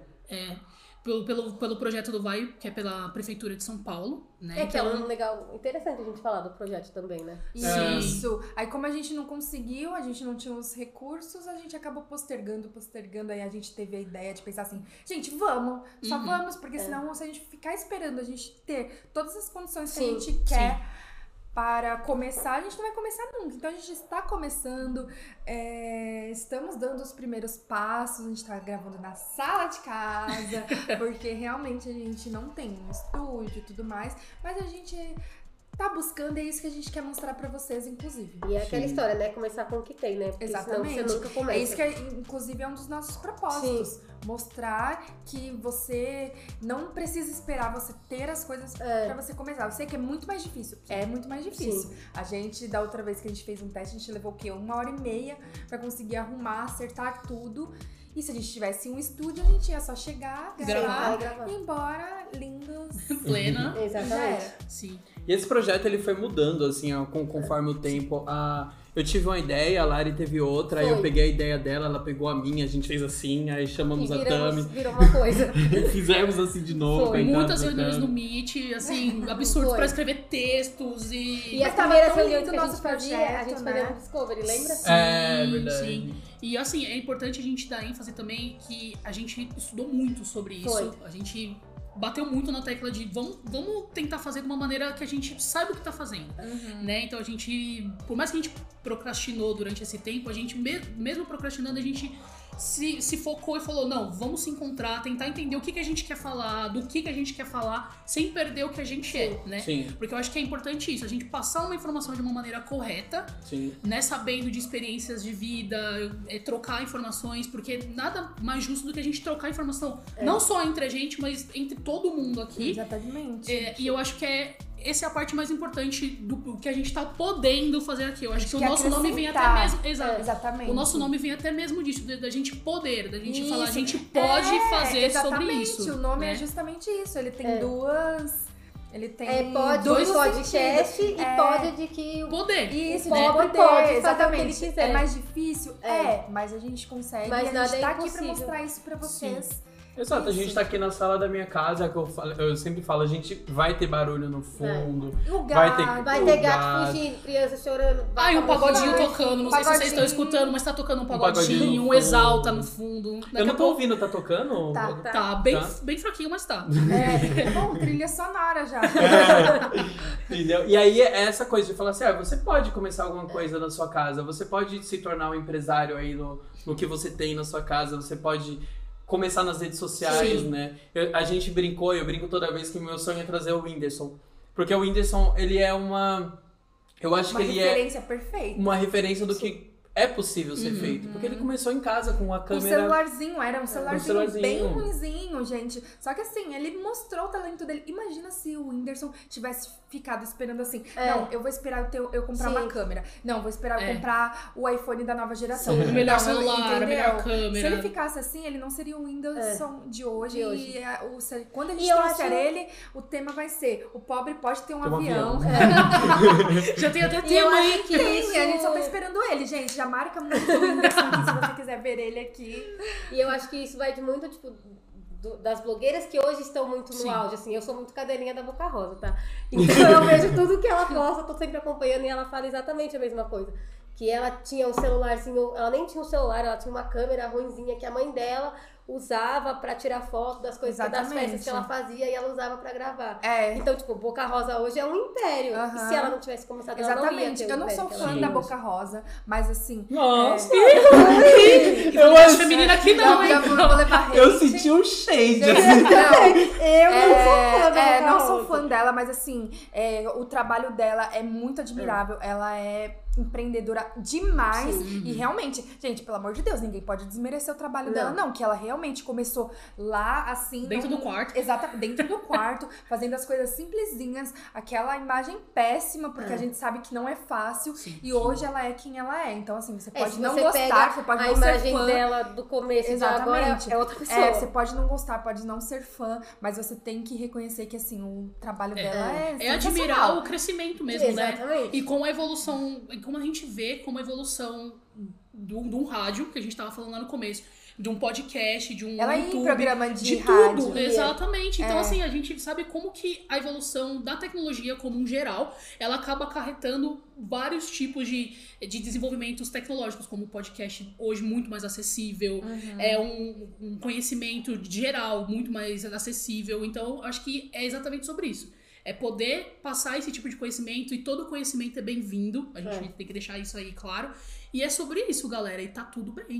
Speaker 3: pelo, pelo pelo projeto do Vai, que é pela prefeitura de São Paulo, né?
Speaker 4: É que é um legal, interessante a gente falar do projeto também, né?
Speaker 1: É.
Speaker 2: Isso. Aí, como a gente não conseguiu, a gente não tinha os recursos, a gente acabou postergando, postergando. Aí a gente teve a ideia de pensar assim: gente, vamos, só
Speaker 3: Uhum.
Speaker 2: vamos, porque
Speaker 4: É.
Speaker 2: senão, se a gente ficar esperando a gente ter todas as condições que a
Speaker 4: Sim,
Speaker 2: gente quer. Para começar, a gente não vai começar nunca. Então a gente está começando, é, estamos dando os primeiros passos, a gente está gravando na sala de casa, porque realmente a gente não tem um estúdio e tudo mais, mas a gente tá buscando e é isso que a gente quer mostrar pra vocês, inclusive.
Speaker 4: E é aquela
Speaker 1: Sim.
Speaker 4: história, né? Começar com o que tem, né? Porque
Speaker 2: Exatamente.
Speaker 4: senão você nunca começa.
Speaker 2: É isso que, é, inclusive, é um dos nossos propósitos. Mostrar que você não precisa esperar você ter as coisas pra você começar. Eu sei que é muito mais difícil. É muito mais difícil. A gente, da outra vez que a gente fez um teste, a gente levou o quê? Uma hora e meia pra conseguir arrumar, acertar tudo. E se a gente tivesse um estúdio, a gente ia só chegar,
Speaker 4: Sentar
Speaker 2: gravar,
Speaker 4: e gravar.
Speaker 2: e ir embora, lindos.
Speaker 3: plena.
Speaker 2: Já
Speaker 4: Exatamente.
Speaker 2: era.
Speaker 3: Sim.
Speaker 1: E esse projeto ele foi mudando, assim, ó, com- conforme o tempo. A... Eu tive uma ideia, a Lari teve outra, aí eu
Speaker 4: Foi.
Speaker 1: peguei a ideia dela, ela pegou a minha, a gente fez assim, aí
Speaker 4: E
Speaker 1: chamamos a
Speaker 4: viramos,
Speaker 1: Tami,
Speaker 4: virou uma coisa.
Speaker 1: fizemos assim de novo.
Speaker 4: Foi.
Speaker 1: coitada
Speaker 3: Muitas
Speaker 1: da
Speaker 3: reuniões
Speaker 1: Tami.
Speaker 3: no Meet, assim, absurdos
Speaker 4: Foi.
Speaker 3: pra escrever textos e.
Speaker 4: E as
Speaker 2: tava
Speaker 4: primeiras
Speaker 2: tão
Speaker 4: reuniões
Speaker 2: lindo
Speaker 4: que a
Speaker 2: o
Speaker 4: gente
Speaker 2: nosso
Speaker 4: fazia, a
Speaker 2: projeto,
Speaker 4: gente
Speaker 2: né?
Speaker 4: fazia no Discovery, lembra?
Speaker 1: É,
Speaker 3: Sim,
Speaker 1: verdade.
Speaker 3: sim. E assim, é importante a gente dar ênfase também que a gente estudou muito sobre isso.
Speaker 4: Foi.
Speaker 3: A gente bateu muito na tecla de vamos, vamos tentar fazer de uma maneira que a gente saiba o que tá fazendo,
Speaker 2: é.
Speaker 3: né? Então a gente, por mais que a gente procrastinou durante esse tempo, a gente me- mesmo procrastinando, a gente se, se focou e falou: não, vamos se encontrar, tentar entender o que, que a gente quer falar, do que, que a gente quer falar, sem perder o que a gente é, né?
Speaker 1: Sim,
Speaker 3: Porque eu acho que é importante isso, a gente passar uma informação de uma maneira correta,
Speaker 1: sim.
Speaker 3: né? Sabendo de experiências de vida, é, trocar informações, porque nada mais justo do que a gente trocar informação, não só entre a gente, mas entre todo mundo aqui.
Speaker 2: Exatamente.
Speaker 3: É, e eu acho que é essa é a parte mais importante do, do que a gente tá podendo fazer aqui. Eu acho que,
Speaker 2: que
Speaker 3: o nosso nome vem até
Speaker 2: acrescentar.
Speaker 3: mesmo.
Speaker 4: É,
Speaker 3: Exato.
Speaker 2: Exatamente.
Speaker 3: É, O nosso nome vem até mesmo disso, da da gente poder, da gente falar, a
Speaker 2: Isso.
Speaker 3: gente pode
Speaker 2: É,
Speaker 3: fazer sobre
Speaker 2: exatamente.
Speaker 3: isso.
Speaker 2: O nome
Speaker 3: né?
Speaker 2: é justamente isso. Ele tem duas. Ele tem.
Speaker 4: É, pode
Speaker 2: dois
Speaker 4: de podcast e
Speaker 2: É.
Speaker 4: pode de que o
Speaker 3: poder.
Speaker 2: Isso,
Speaker 4: O
Speaker 2: de
Speaker 4: pobre
Speaker 2: poder,
Speaker 4: pode fazer o que
Speaker 2: exatamente.
Speaker 4: ele quiser.
Speaker 2: É mais difícil? É. mas a gente consegue.
Speaker 4: Mas
Speaker 2: e a
Speaker 4: nada
Speaker 2: gente
Speaker 4: é
Speaker 2: tá aqui pra
Speaker 4: impossível.
Speaker 2: mostrar isso pra vocês.
Speaker 1: Exato, a gente
Speaker 2: Isso.
Speaker 1: tá aqui na sala da minha casa, é que eu, falo- eu sempre falo, a gente vai ter barulho no fundo.
Speaker 2: O
Speaker 1: Vai ter-
Speaker 2: gato,
Speaker 4: vai
Speaker 1: O
Speaker 4: ter gato
Speaker 1: gato.
Speaker 4: fugindo, criança chorando.
Speaker 3: Ai, um pagodinho
Speaker 4: todo.
Speaker 3: tocando. Não sei se vocês
Speaker 2: Pagodinho.
Speaker 3: estão escutando, mas tá tocando um
Speaker 1: pagodinho no
Speaker 3: pagodinho, um
Speaker 1: fundo.
Speaker 3: exalta no fundo. Daqui
Speaker 1: eu
Speaker 3: a
Speaker 1: não tô
Speaker 3: pouco.
Speaker 1: ouvindo, tá tocando?
Speaker 2: Tá, tá.
Speaker 3: Tá, bem,
Speaker 1: Tá.
Speaker 3: bem fraquinho, mas tá.
Speaker 2: É, bom, trilha sonora já.
Speaker 1: Entendeu? E aí é essa coisa de falar assim, ah, você pode começar alguma coisa na sua casa, você pode se tornar um empresário aí no, no que você tem na sua casa, você pode começar nas redes sociais,
Speaker 3: Sim.
Speaker 1: né? Eu- a gente brincou, eu brinco toda vez que meu sonho é trazer o Whindersson. Porque o Whindersson, ele é uma... Eu acho
Speaker 2: Uma
Speaker 1: que ele é
Speaker 2: referência perfeita.
Speaker 1: uma referência do que é possível ser
Speaker 3: Uhum.
Speaker 1: feito. Porque ele começou em casa com a
Speaker 2: Um
Speaker 1: câmera...
Speaker 2: celularzinho, era um celularzinho,
Speaker 1: celularzinho.
Speaker 2: bem ruinzinho, gente. Só que assim, ele mostrou o talento dele. Imagina se o Whindersson tivesse ficado esperando assim.
Speaker 4: É.
Speaker 2: Não, eu vou esperar eu, ter, eu comprar
Speaker 4: Sim.
Speaker 2: uma câmera. Não, vou esperar eu
Speaker 3: É.
Speaker 2: comprar o iPhone da nova geração.
Speaker 3: O melhor
Speaker 2: Não, eu-
Speaker 3: celular, a
Speaker 2: entendeu?
Speaker 3: melhor
Speaker 2: Se ele
Speaker 3: câmera.
Speaker 2: ficasse assim, ele não seria o Whindersson de hoje.
Speaker 4: De hoje.
Speaker 2: E é, o, se- quando a
Speaker 4: E
Speaker 2: gente
Speaker 4: eu
Speaker 2: trouxer
Speaker 4: acho-
Speaker 2: ele, o tema vai ser: o pobre pode ter um,
Speaker 1: Ter um
Speaker 2: avião.
Speaker 1: avião.
Speaker 3: Já tem até
Speaker 4: E eu
Speaker 3: tema, hein?
Speaker 4: acho que
Speaker 2: Tem,
Speaker 4: isso...
Speaker 2: a gente só tá esperando ele, gente. Já marca muito o Whindersson aqui, se você quiser ver ele aqui.
Speaker 4: E eu acho que isso vai de muito, tipo, do- das blogueiras que hoje estão muito no
Speaker 3: Sim.
Speaker 4: auge, assim. Eu sou muito cadelinha da Boca Rosa, tá? Então eu vejo tudo que ela posta, tô sempre acompanhando e ela fala exatamente a mesma coisa. Que ela tinha um celularzinho, ela nem tinha um celular, ela tinha uma câmera ruinzinha que a mãe dela usava pra tirar foto das coisas, das
Speaker 2: Exatamente.
Speaker 4: festas que ela fazia e ela usava pra gravar.
Speaker 2: É.
Speaker 4: Então, tipo, Boca Rosa hoje é um império. E
Speaker 2: Aham.
Speaker 4: se ela não tivesse começado, ela não um ia
Speaker 2: Exatamente.
Speaker 4: ter o
Speaker 2: Eu não
Speaker 4: império
Speaker 2: sou
Speaker 4: que ela
Speaker 2: fã
Speaker 1: Sim.
Speaker 2: da Boca Rosa, mas assim.
Speaker 1: Nossa!
Speaker 3: É. E não acho feminina aqui não,
Speaker 2: Não,
Speaker 3: hein?
Speaker 2: eu
Speaker 4: então.
Speaker 2: vou vou levar
Speaker 1: Eu
Speaker 2: hate.
Speaker 1: senti um shade, assim.
Speaker 2: Não,
Speaker 4: Eu é. não sou fã da
Speaker 2: é, é,
Speaker 4: Boca
Speaker 2: não sou
Speaker 4: Rosa.
Speaker 2: fã dela, mas assim, é, o trabalho dela é muito admirável. Ela é empreendedora demais. E realmente, gente, pelo amor de Deus, ninguém pode desmerecer o trabalho
Speaker 4: Não.
Speaker 2: dela, não. Que ela realmente começou lá, assim.
Speaker 3: Dentro
Speaker 2: num-
Speaker 3: do quarto.
Speaker 2: Exata, dentro do quarto, fazendo as coisas simplesinhas, aquela imagem péssima, porque
Speaker 4: É.
Speaker 2: a gente sabe que não é fácil.
Speaker 3: Sim.
Speaker 2: E hoje ela é quem ela é. Então, assim, você
Speaker 4: É,
Speaker 2: pode
Speaker 4: se
Speaker 2: não
Speaker 4: você
Speaker 2: gostar,
Speaker 4: pega
Speaker 2: você pode
Speaker 4: a
Speaker 2: não ser
Speaker 4: imagem
Speaker 2: fã.
Speaker 4: dela do começo de agora
Speaker 2: Exatamente.
Speaker 4: é outra pessoa.
Speaker 2: É, você pode não gostar, pode não ser fã, mas você tem que reconhecer que assim, o trabalho dela é.
Speaker 3: É admirar o crescimento mesmo, né?
Speaker 4: Exatamente.
Speaker 3: E com a evolução, e como a gente vê como a evolução do- de um rádio, que a gente tava falando lá no começo, de um podcast, de um
Speaker 2: Ela é em
Speaker 3: YouTube,
Speaker 2: programa de,
Speaker 3: de
Speaker 2: rádio. É.
Speaker 3: tudo, exatamente. Então, assim, a gente sabe como que a evolução da tecnologia como um geral, ela acaba acarretando vários tipos de, de desenvolvimentos tecnológicos, como o podcast hoje muito mais acessível,
Speaker 2: Uhum.
Speaker 3: é um, um conhecimento geral muito mais acessível. Então, acho que é exatamente sobre isso. É poder passar esse tipo de conhecimento e todo conhecimento é bem-vindo. A gente tem que deixar isso aí claro. E é sobre isso, galera. E tá tudo bem.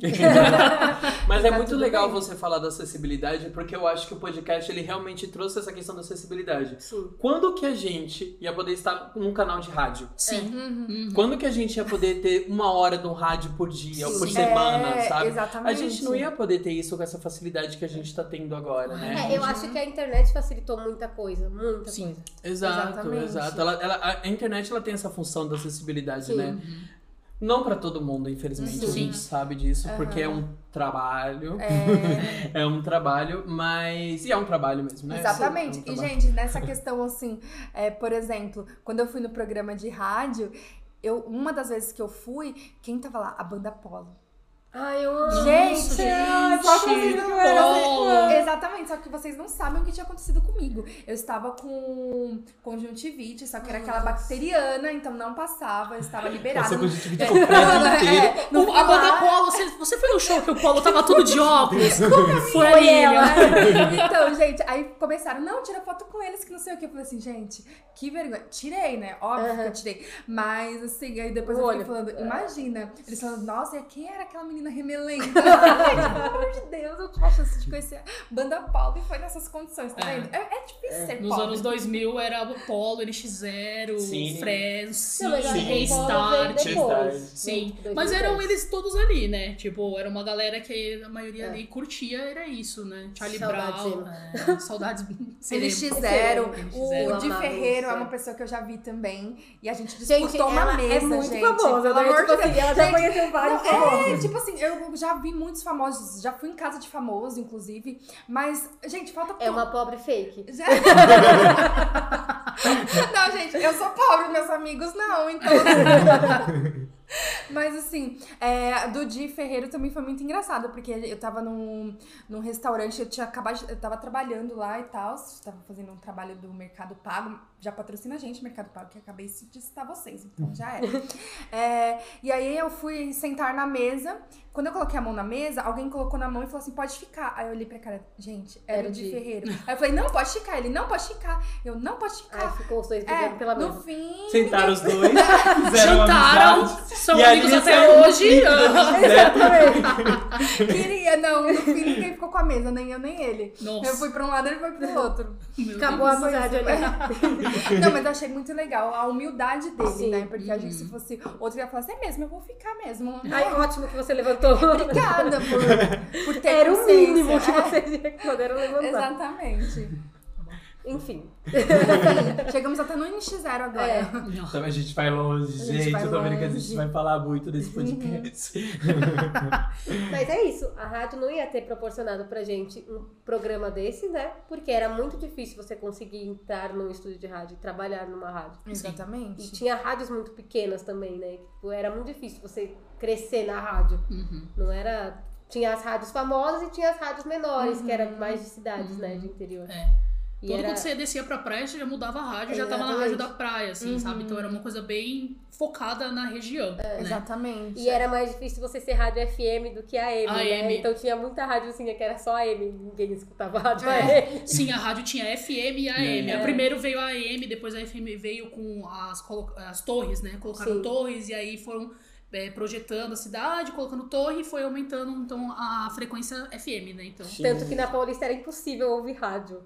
Speaker 1: Mas é
Speaker 2: Tá
Speaker 1: muito
Speaker 2: tudo
Speaker 1: legal
Speaker 2: bem.
Speaker 1: você falar da acessibilidade, porque eu acho que o podcast ele realmente trouxe essa questão da acessibilidade.
Speaker 4: Sim.
Speaker 1: Quando que a gente ia poder estar num canal de rádio?
Speaker 3: Sim.
Speaker 2: Uhum.
Speaker 1: Quando que a gente ia poder ter uma hora de um rádio por dia ou por
Speaker 3: Sim.
Speaker 1: semana,
Speaker 2: É,
Speaker 1: sabe? A
Speaker 2: Exatamente.
Speaker 1: gente não ia poder ter isso com essa facilidade que a gente tá tendo agora, né?
Speaker 4: É, eu acho que a internet facilitou muita coisa, muita
Speaker 3: Sim.
Speaker 4: coisa.
Speaker 1: Exato,
Speaker 2: Exatamente.
Speaker 1: exato. Ela, ela- a- a internet ela tem essa função da acessibilidade,
Speaker 4: Sim.
Speaker 1: né? Não pra todo mundo, infelizmente, a
Speaker 3: Sim.
Speaker 1: gente sabe disso, porque é um trabalho.
Speaker 2: É,
Speaker 1: É um trabalho, mas. E é um trabalho mesmo, né?
Speaker 2: exatamente.
Speaker 1: É um
Speaker 2: E,
Speaker 1: trabalho.
Speaker 2: gente, nessa questão, assim, é, por exemplo, quando eu fui no programa de rádio, eu, uma das vezes que eu fui, quem tava lá? A banda Polo.
Speaker 4: Ai, eu amo.
Speaker 2: Gente,
Speaker 3: gente.
Speaker 2: só que vocês não eram- assim,
Speaker 3: Polo.
Speaker 2: Exatamente, só que vocês não sabem o que tinha acontecido comigo. Eu estava com conjuntivite, só que era aquela bacteriana, então não passava, eu estava liberada.
Speaker 1: Essa
Speaker 2: Não-
Speaker 1: conjuntivite ficou presa inteira.
Speaker 2: É,
Speaker 3: O-
Speaker 2: não
Speaker 3: a
Speaker 2: fui
Speaker 3: banda
Speaker 2: lá.
Speaker 3: Polo, você, você foi no show que o Polo tava tudo de óculos? foi né? a
Speaker 2: Foi
Speaker 3: Lilian.
Speaker 2: ela. Então, gente, aí começaram, não, tira foto com eles, que não sei o que. Eu falei assim, gente, que vergonha. Tirei, né? Óbvio que eu tirei. Mas, assim, aí depois
Speaker 4: O
Speaker 2: eu fiquei
Speaker 4: olho.
Speaker 2: falando, imagina. Eles falando, nossa, e quem era aquela menina? menina remelenta. Gente, Pelo amor de Deus, eu tive a chance de conhecer a banda Paulo e foi nessas condições, tá
Speaker 3: É.
Speaker 2: vendo? É, é difícil ser
Speaker 3: Nos
Speaker 2: pobre.
Speaker 3: anos 2000 era o Polo, NX0,
Speaker 1: Sim.
Speaker 3: Friends,
Speaker 4: Não, mas eu acho que o Paulo veio
Speaker 3: Restart.
Speaker 4: depois.
Speaker 3: Sim,
Speaker 4: Em
Speaker 3: mas
Speaker 4: 2010.
Speaker 3: eram eles todos ali, né? Tipo, era uma galera que a maioria
Speaker 4: É.
Speaker 3: ali curtia, era isso, né? Charlie
Speaker 4: Saudades,
Speaker 3: Brown, é, saudades.
Speaker 2: Eles
Speaker 3: seremos.
Speaker 2: fizeram.
Speaker 3: Eles
Speaker 2: O
Speaker 3: fizeram.
Speaker 2: de
Speaker 4: Amava
Speaker 2: Ferreiro é
Speaker 4: isso.
Speaker 2: uma pessoa que eu já vi também. E a gente disputou
Speaker 4: Gente,
Speaker 2: uma
Speaker 4: ela
Speaker 2: mesa,
Speaker 4: é muito
Speaker 2: gente.
Speaker 4: famosa.
Speaker 2: Pelo
Speaker 4: né?
Speaker 2: amor
Speaker 4: Tipo
Speaker 2: de Deus.
Speaker 4: assim, ela já
Speaker 2: Gente,
Speaker 4: conheceu vários
Speaker 2: não,
Speaker 4: famosos.
Speaker 2: É, tipo assim, eu já vi muitos famosos, já fui em casa de famoso, inclusive. Mas, gente, falta
Speaker 4: É uma pobre fake.
Speaker 2: Já- não, gente, eu sou pobre, meus amigos não, então. Mas assim, é, do Di Ferreiro também foi muito engraçado, porque eu tava num, num restaurante, eu tinha acabado, de- eu tava trabalhando lá e tal, tava fazendo um trabalho do Mercado Pago, já patrocina a gente, Mercado Pago, que eu acabei de citar vocês, então já era.
Speaker 4: Uhum.
Speaker 2: É, e aí eu fui sentar na mesa, quando eu coloquei a mão na mesa, alguém colocou na mão e falou assim, pode ficar. Aí eu olhei pra cara, gente, era,
Speaker 4: Era
Speaker 2: o
Speaker 4: o
Speaker 2: Di
Speaker 4: Di.
Speaker 2: Ferreiro. Aí eu falei, não, pode ficar. Ele, não, pode ficar. Eu, não, pode
Speaker 4: Ai,
Speaker 2: ficar.
Speaker 4: ficou os dois
Speaker 2: é,
Speaker 4: brigando pela
Speaker 2: no
Speaker 4: mesa.
Speaker 2: fim...
Speaker 1: Sentaram os dois, fizeram
Speaker 3: Jantaram,
Speaker 1: amizade. né?
Speaker 3: são
Speaker 1: E
Speaker 3: amigos
Speaker 1: ali um
Speaker 3: até
Speaker 1: saiu
Speaker 3: hoje. Ah,
Speaker 4: Exatamente.
Speaker 2: Queria, não, no fim ninguém ficou com a mesa, nem eu, nem ele.
Speaker 3: Nossa,
Speaker 2: Eu fui pra um lado, ele foi pro outro.
Speaker 3: meu
Speaker 4: Acabou a amizade, né? olha.
Speaker 2: Não, mas eu achei muito legal a humildade dele,
Speaker 4: Ah, Sim. Uhum.
Speaker 2: né? Porque a gente, se fosse outro, ia falar assim, é mesmo, eu vou ficar mesmo.
Speaker 4: Ai, ótimo que você levantou.
Speaker 2: Obrigada por, por ter
Speaker 4: Era o
Speaker 2: consciência.
Speaker 4: mínimo que
Speaker 2: É,
Speaker 4: vocês puderam levantar.
Speaker 2: Exatamente.
Speaker 4: Enfim.
Speaker 2: Enfim, chegamos até no NX0 agora.
Speaker 4: É.
Speaker 3: Deus. Não.
Speaker 1: Então a gente vai longe,
Speaker 2: A gente
Speaker 1: gente.
Speaker 2: vai
Speaker 1: Eu tô vendo que a gente
Speaker 2: longe. Uhum.
Speaker 1: vai falar muito desse podcast.
Speaker 4: Mas é isso, a rádio não ia ter proporcionado pra gente um programa desse, né? Porque era muito difícil você conseguir entrar num estúdio de rádio e trabalhar numa rádio. E
Speaker 2: Exatamente.
Speaker 4: tinha rádios muito pequenas também, né? Tipo, Era muito difícil você crescer na rádio.
Speaker 3: Uhum.
Speaker 4: Não era. Tinha as rádios famosas e tinha as rádios menores, que eram mais de cidades, né? De interior.
Speaker 3: Uhum. É.
Speaker 4: E
Speaker 3: Todo
Speaker 4: era-
Speaker 3: quando você descia pra praia, você já mudava a rádio, já tava na rádio da praia, assim, sabe? Então era
Speaker 2: Uhum.
Speaker 3: uma coisa bem focada na região. né?
Speaker 2: Exatamente.
Speaker 4: E era mais difícil você ser rádio FM do que AM,
Speaker 3: AM.
Speaker 4: né? Então tinha muita rádiozinha que era só AM, ninguém escutava rádio
Speaker 3: É.
Speaker 4: AM.
Speaker 3: Sim, a rádio tinha FM e AM.
Speaker 2: Né,
Speaker 1: É.
Speaker 3: A Primeiro veio a AM, depois a FM veio com as, colo- as torres, né? Colocaram
Speaker 4: Sim.
Speaker 3: torres e aí foram é, projetando a cidade, colocando torre e foi aumentando então a frequência FM, né? Então.
Speaker 4: Tanto que na Paulista era impossível ouvir rádio.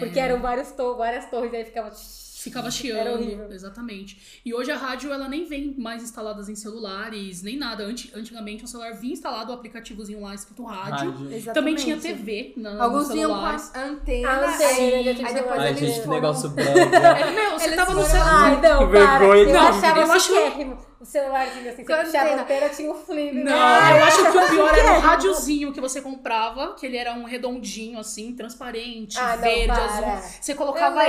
Speaker 4: Porque eram vários to várias torres, aí ficava.
Speaker 3: Ficava
Speaker 4: Era
Speaker 3: chiando,
Speaker 4: horrível.
Speaker 3: exatamente. E hoje a rádio ela nem vem mais instaladas em celulares, nem nada. Anti- antigamente o celular vinha instalado o aplicativozinho lá escrito rádio.
Speaker 4: é,
Speaker 2: Exatamente.
Speaker 3: Também tinha TV na, nos
Speaker 2: Alguns vinham com a
Speaker 3: celulares.
Speaker 2: antena. é,
Speaker 4: Ah,
Speaker 2: aí-
Speaker 4: sim.
Speaker 2: Aí depois
Speaker 1: Ai,
Speaker 2: eles
Speaker 1: gente, que
Speaker 2: foram...
Speaker 1: negócio né? branco.
Speaker 3: É, meu, você
Speaker 2: Eles
Speaker 3: tava no
Speaker 2: foram-
Speaker 3: celular.
Speaker 4: um Ai, não,
Speaker 1: Que
Speaker 4: para.
Speaker 1: vergonha.
Speaker 4: Eu
Speaker 1: Não,
Speaker 4: achava um
Speaker 3: eu acho-
Speaker 4: chiquérrimo. O celularzinho assim, você
Speaker 2: Quando
Speaker 4: puxava
Speaker 2: tem-
Speaker 4: a antena, tinha o flip.
Speaker 3: Não,
Speaker 4: né?
Speaker 3: eu acho que o pior era o rádiozinho que você comprava, que ele era um redondinho assim, transparente,
Speaker 4: Ah, não,
Speaker 3: verde,
Speaker 4: para.
Speaker 3: azul. Você colocava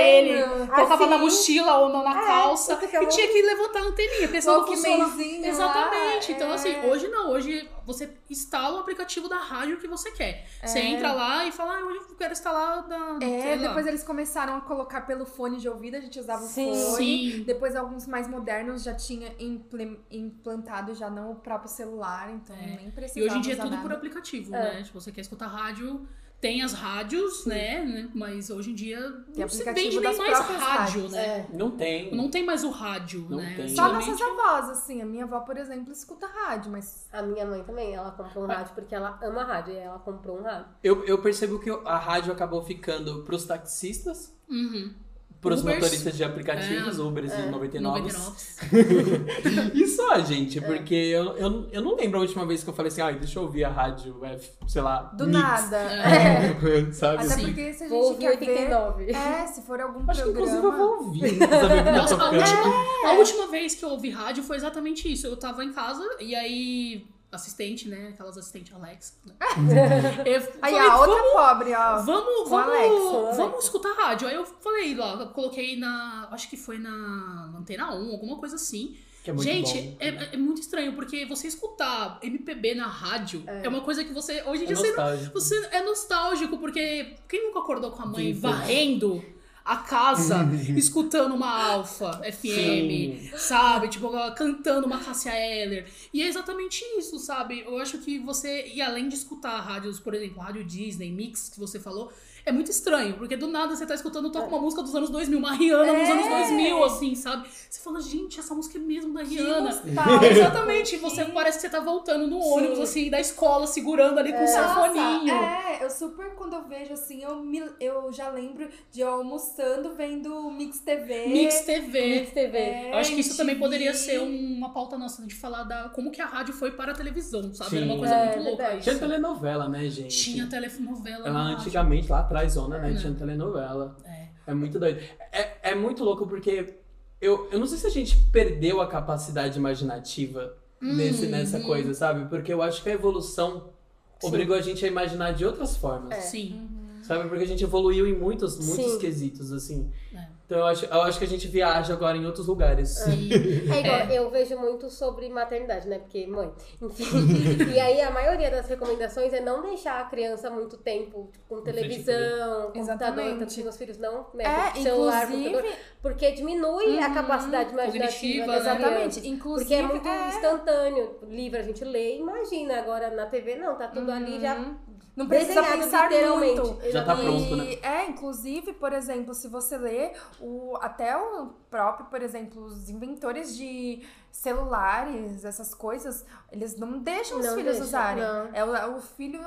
Speaker 2: Eu
Speaker 3: ele,
Speaker 2: lembro. então
Speaker 3: colocava na
Speaker 4: Assim.
Speaker 3: mochila ou na, na
Speaker 4: É,
Speaker 3: calça
Speaker 4: você
Speaker 3: e
Speaker 4: ficava-
Speaker 3: tinha que levantar a anteninha, pensando que funciona.
Speaker 2: Walkmanzinho lá,
Speaker 3: Exatamente. então,
Speaker 2: é.
Speaker 3: assim, hoje não, hoje você instala o aplicativo da rádio que você quer. Você entra lá e fala, ah, hoje eu quero instalar da.
Speaker 2: É,
Speaker 3: sei lá.
Speaker 2: depois é eles começaram a colocar pelo fone de ouvido, a gente usava
Speaker 4: Sim.
Speaker 2: o fone.
Speaker 3: Sim.
Speaker 2: Depois alguns mais modernos já tinha implem- implantado já não o próprio celular, então
Speaker 3: É.
Speaker 2: nem
Speaker 3: E
Speaker 2: precisava
Speaker 3: hoje em dia é
Speaker 2: usar É.
Speaker 3: tudo
Speaker 2: nada.
Speaker 3: por aplicativo, né? Tipo, você quer escutar rádio, tem as rádios, né? né? Mas hoje em dia
Speaker 2: Tem
Speaker 3: não se
Speaker 2: aplicativo
Speaker 3: vende nem
Speaker 2: das
Speaker 3: mais
Speaker 2: próprias
Speaker 3: rádio,
Speaker 2: rádios,
Speaker 4: É.
Speaker 2: É.
Speaker 3: né?
Speaker 1: Não tem.
Speaker 3: Não tem mais o rádio,
Speaker 1: Não
Speaker 3: né?
Speaker 1: tem.
Speaker 2: Só
Speaker 3: Antigamente-
Speaker 2: nossas avós, assim. A minha avó, por exemplo, escuta rádio, mas
Speaker 4: A minha mãe também, ela comprou um rádio porque ela ama rádio. E ela comprou um rádio.
Speaker 1: Eu, eu percebo que a rádio acabou ficando pros taxistas,
Speaker 3: Uhum.
Speaker 1: pros
Speaker 3: Ubers.
Speaker 1: motoristas de aplicativos,
Speaker 2: É,
Speaker 1: Ubers e 99.
Speaker 3: 99.
Speaker 1: E só,
Speaker 2: É.
Speaker 1: gente, porque eu, eu, eu não lembro a última vez que eu falei assim, ai, deixa eu ouvir a rádio, é, sei lá,
Speaker 2: do
Speaker 1: Mix",
Speaker 2: nada. É.
Speaker 1: sabe?
Speaker 2: Até
Speaker 3: Sim.
Speaker 2: porque se a
Speaker 4: Vou
Speaker 2: gente quer
Speaker 4: ouvir
Speaker 2: ver...
Speaker 4: 89.
Speaker 2: É, se for algum
Speaker 1: Acho que inclusive eu
Speaker 2: programa...
Speaker 1: vou ouvir. sabe, o que tá
Speaker 3: Nossa, tipo, a
Speaker 1: tocando.
Speaker 2: É.
Speaker 3: última, a última vez que eu ouvi rádio foi exatamente isso. Eu tava em casa e aí. Assistente, né? Aquelas assistentes Alexa. Né? Eu
Speaker 2: Aí,
Speaker 3: falei,
Speaker 2: a outra pobre, ó.
Speaker 3: Vamos,
Speaker 2: Com a
Speaker 3: vamos,
Speaker 2: Alexa,
Speaker 4: com a Alexa.
Speaker 3: vamos escutar rádio. Aí eu falei lá, eu coloquei na. Acho que foi na Antena 1, alguma coisa assim.
Speaker 1: Que é muito
Speaker 3: Gente,
Speaker 1: bom.
Speaker 3: é, é muito estranho, porque você escutar MPB na rádio é, uma coisa que você. Hoje em
Speaker 1: é
Speaker 3: dia você, não-
Speaker 1: nostálgico.
Speaker 3: você é nostálgico, porque quem nunca acordou com a mãe
Speaker 1: Sim,
Speaker 3: varrendo a casa, escutando uma Alfa FM,
Speaker 1: Sim.
Speaker 3: sabe? Tipo, cantando uma Cássia Eller. E é exatamente isso, sabe? Eu acho que você, e além de escutar rádios, por exemplo, rádio Disney, Mix, que você falou, É muito estranho, porque do nada você tá escutando, toca uma música dos anos 2000, uma Rihanna dos
Speaker 2: É.
Speaker 3: anos 2000, assim, sabe? Você fala, gente, essa música é mesmo da Rihanna.
Speaker 2: Exatamente.
Speaker 3: Tá, Exatamente, você parece que você tá voltando no
Speaker 2: Sim.
Speaker 3: ônibus, assim, da escola, segurando ali com um o sanfoninho.
Speaker 2: É, eu super quando eu vejo assim, eu, me, eu já lembro de eu almoçando vendo Mix TV.
Speaker 3: Mix TV.
Speaker 4: Mix TV.
Speaker 2: É,
Speaker 3: Eu acho que isso também
Speaker 2: MTV.
Speaker 3: poderia ser um uma pauta nossa de falar da como que a rádio foi para a televisão, sabe? Era uma
Speaker 1: Sim.
Speaker 3: coisa
Speaker 4: É,
Speaker 3: muito louca.
Speaker 4: verdade.
Speaker 3: isso.
Speaker 1: Tinha telenovela, né, gente?
Speaker 3: Tinha telenovela.
Speaker 1: Ela
Speaker 3: na rádio.
Speaker 1: antigamente, lá atrás, Zona, né?
Speaker 3: É.
Speaker 1: Tinha telenovela.
Speaker 3: É.
Speaker 1: É muito doido. É, é muito louco porque eu, eu não sei se a gente perdeu a capacidade imaginativa
Speaker 3: Hum,
Speaker 1: nesse, nessa
Speaker 3: hum.
Speaker 1: coisa, sabe? Porque eu acho que a evolução
Speaker 3: Sim.
Speaker 1: obrigou a gente a imaginar de outras formas.
Speaker 2: É.
Speaker 3: Sim.
Speaker 1: Sabe? Porque a gente evoluiu em muitos, muitos
Speaker 4: Sim.
Speaker 1: quesitos, assim.
Speaker 3: É.
Speaker 1: Então eu acho, eu acho que a gente viaja agora em outros
Speaker 2: Uhum.
Speaker 1: lugares.
Speaker 3: Sim.
Speaker 4: É igual, eu vejo muito sobre maternidade, né? Porque mãe, enfim. e aí a maioria das recomendações é não deixar a criança muito tempo tipo, com
Speaker 1: frente à
Speaker 4: televisão, computador,
Speaker 2: Exatamente.
Speaker 4: tanto que meus filhos não, né?
Speaker 2: É,
Speaker 4: celular,
Speaker 2: inclusive, Uhum.
Speaker 4: computador, porque diminui a capacidade imaginativa
Speaker 3: cognitiva,
Speaker 4: das
Speaker 3: né?
Speaker 4: crianças.
Speaker 2: exatamente, inclusive
Speaker 4: Porque é muito instantâneo. Livro a gente lê, imagina agora na TV, não, tá tudo ali já
Speaker 2: Uhum. não precisa
Speaker 4: desenhado
Speaker 2: pensar
Speaker 4: literalmente.
Speaker 2: muito.
Speaker 1: Já tá
Speaker 4: Exatamente.
Speaker 1: pronto, né?
Speaker 2: E, é, inclusive, por exemplo, se você lê o, até o próprio, por exemplo, os inventores de celulares, essas coisas, eles não deixam os
Speaker 4: Não
Speaker 2: filhos
Speaker 4: deixa,
Speaker 2: usarem.
Speaker 4: não.
Speaker 2: É o, é o filho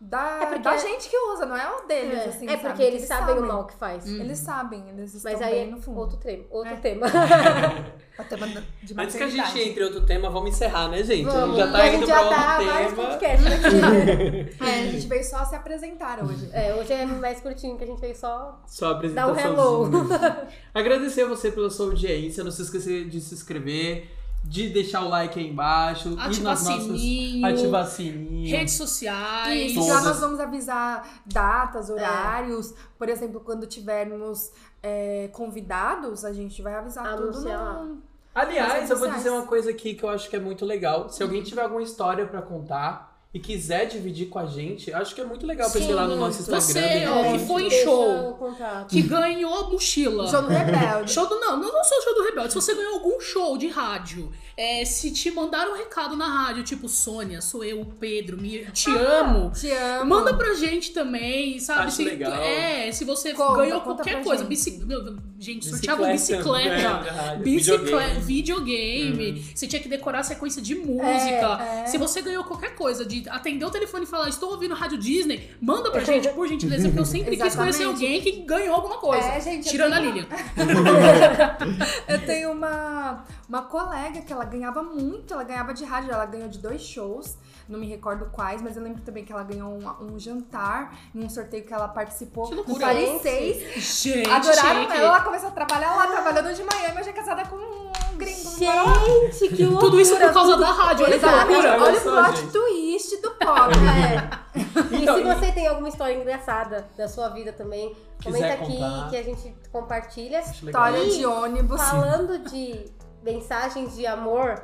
Speaker 2: da,
Speaker 4: É porque-
Speaker 2: da gente que usa, não é o deles,
Speaker 4: É,
Speaker 2: assim,
Speaker 4: é porque
Speaker 2: sabe?
Speaker 4: eles sabem o mal que faz.
Speaker 2: Eles
Speaker 1: Uhum.
Speaker 2: sabem, eles estão
Speaker 4: Mas
Speaker 2: bem
Speaker 4: aí
Speaker 2: no
Speaker 4: é
Speaker 2: fundo.
Speaker 4: outro, tema, outro
Speaker 2: É.
Speaker 4: tema.
Speaker 2: O tema de
Speaker 1: Antes que a gente
Speaker 2: maternidade.
Speaker 1: entre em outro tema, vamos encerrar, né, gente?
Speaker 4: é Vamos.
Speaker 1: Já
Speaker 4: a
Speaker 1: tá indo
Speaker 4: gente
Speaker 1: pra
Speaker 4: já tá vários
Speaker 1: outro tema.
Speaker 4: podcasts aqui. né?
Speaker 2: É, a gente veio só se apresentar hoje.
Speaker 3: Uhum.
Speaker 4: É, hoje é mais curtinho, que a gente fez só
Speaker 1: Só a
Speaker 4: dar um
Speaker 1: apresentaçãozinha.
Speaker 4: hello.
Speaker 1: Agradecer a você pela sua audiência. Não se esqueça de se inscrever, de deixar o like aí embaixo. e
Speaker 3: Ativar
Speaker 1: nas nossas...
Speaker 3: sininho.
Speaker 1: Ativar sininho.
Speaker 3: Redes sociais.
Speaker 2: Isso, lá
Speaker 1: Todas.
Speaker 2: É, nós vamos avisar datas, horários. Por exemplo, quando tivermos é, convidados, a gente vai avisar
Speaker 4: Anunciar.
Speaker 2: tudo. No... Nas
Speaker 1: Aliás,
Speaker 2: redes
Speaker 1: eu vou
Speaker 2: sociais.
Speaker 1: dizer uma coisa aqui que eu acho que é muito legal. Se
Speaker 4: Uhum.
Speaker 1: alguém tiver alguma história pra contar e quiser dividir com a gente, acho que é muito legal pra
Speaker 4: Sim,
Speaker 1: ir lá no
Speaker 4: muito.
Speaker 1: nosso Instagram.
Speaker 3: Você,
Speaker 1: né?
Speaker 3: ó,
Speaker 1: gente?
Speaker 3: que foi em
Speaker 4: Deixa
Speaker 3: show.
Speaker 4: o contato.
Speaker 3: Que ganhou mochila.
Speaker 2: Jogo Rebelde.
Speaker 3: Show do, não, não, não só show do Rebelde. Se você ganhou algum show de rádio, é, se te mandaram um recado na rádio, tipo, Sônia, sou eu, Pedro, me, te amo.
Speaker 2: Te Ah, amo.
Speaker 3: Manda pra gente também, sabe?
Speaker 1: Acho
Speaker 3: se,
Speaker 1: legal.
Speaker 3: É, se você
Speaker 2: Conta,
Speaker 3: ganhou
Speaker 2: conta
Speaker 3: qualquer
Speaker 2: pra
Speaker 3: coisa.
Speaker 2: gente.
Speaker 3: Bici... Gente, sorteava bicicleta.
Speaker 1: né? Rádio,
Speaker 3: Bicicleta,
Speaker 1: videogame. Uhum.
Speaker 3: videogame, você tinha que decorar a sequência de música.
Speaker 2: É,
Speaker 3: Se você ganhou qualquer coisa, de atender o telefone e falar, estou ouvindo Rádio Disney, manda pra gente, por gentileza, porque eu sempre quis conhecer
Speaker 2: Exatamente.
Speaker 3: alguém que ganhou alguma coisa.
Speaker 2: É, gente, eu
Speaker 3: Tirando a
Speaker 2: tenho-
Speaker 3: Lilian.
Speaker 2: Eu tenho uma, uma colega que ela ganhava muito, ela ganhava de rádio, ela ganhou de dois shows, não me recordo quais, mas eu lembro também que ela ganhou um, um jantar num sorteio que ela participou
Speaker 3: Que
Speaker 2: no
Speaker 3: loucura.
Speaker 2: Paris 6.
Speaker 3: Gente,
Speaker 2: Adoraram
Speaker 3: chique.
Speaker 2: ela, ela começou a trabalhar lá, trabalhando de manhã, mas já é casada com um gringo. um
Speaker 4: Gente, que louco.
Speaker 3: Tudo isso por causa da rádio, olha que
Speaker 2: Exatamente.
Speaker 3: loucura.
Speaker 1: Olha
Speaker 2: Olha o
Speaker 1: só,
Speaker 2: plot
Speaker 1: gente.
Speaker 2: twist do pop.
Speaker 1: Então,
Speaker 4: É. e se você tem alguma história engraçada da sua vida também, comenta
Speaker 1: Quiser
Speaker 4: aqui
Speaker 1: contar.
Speaker 4: que a gente compartilha.
Speaker 1: Acho legal.
Speaker 2: História de ônibus.
Speaker 4: Falando de mensagens de amor,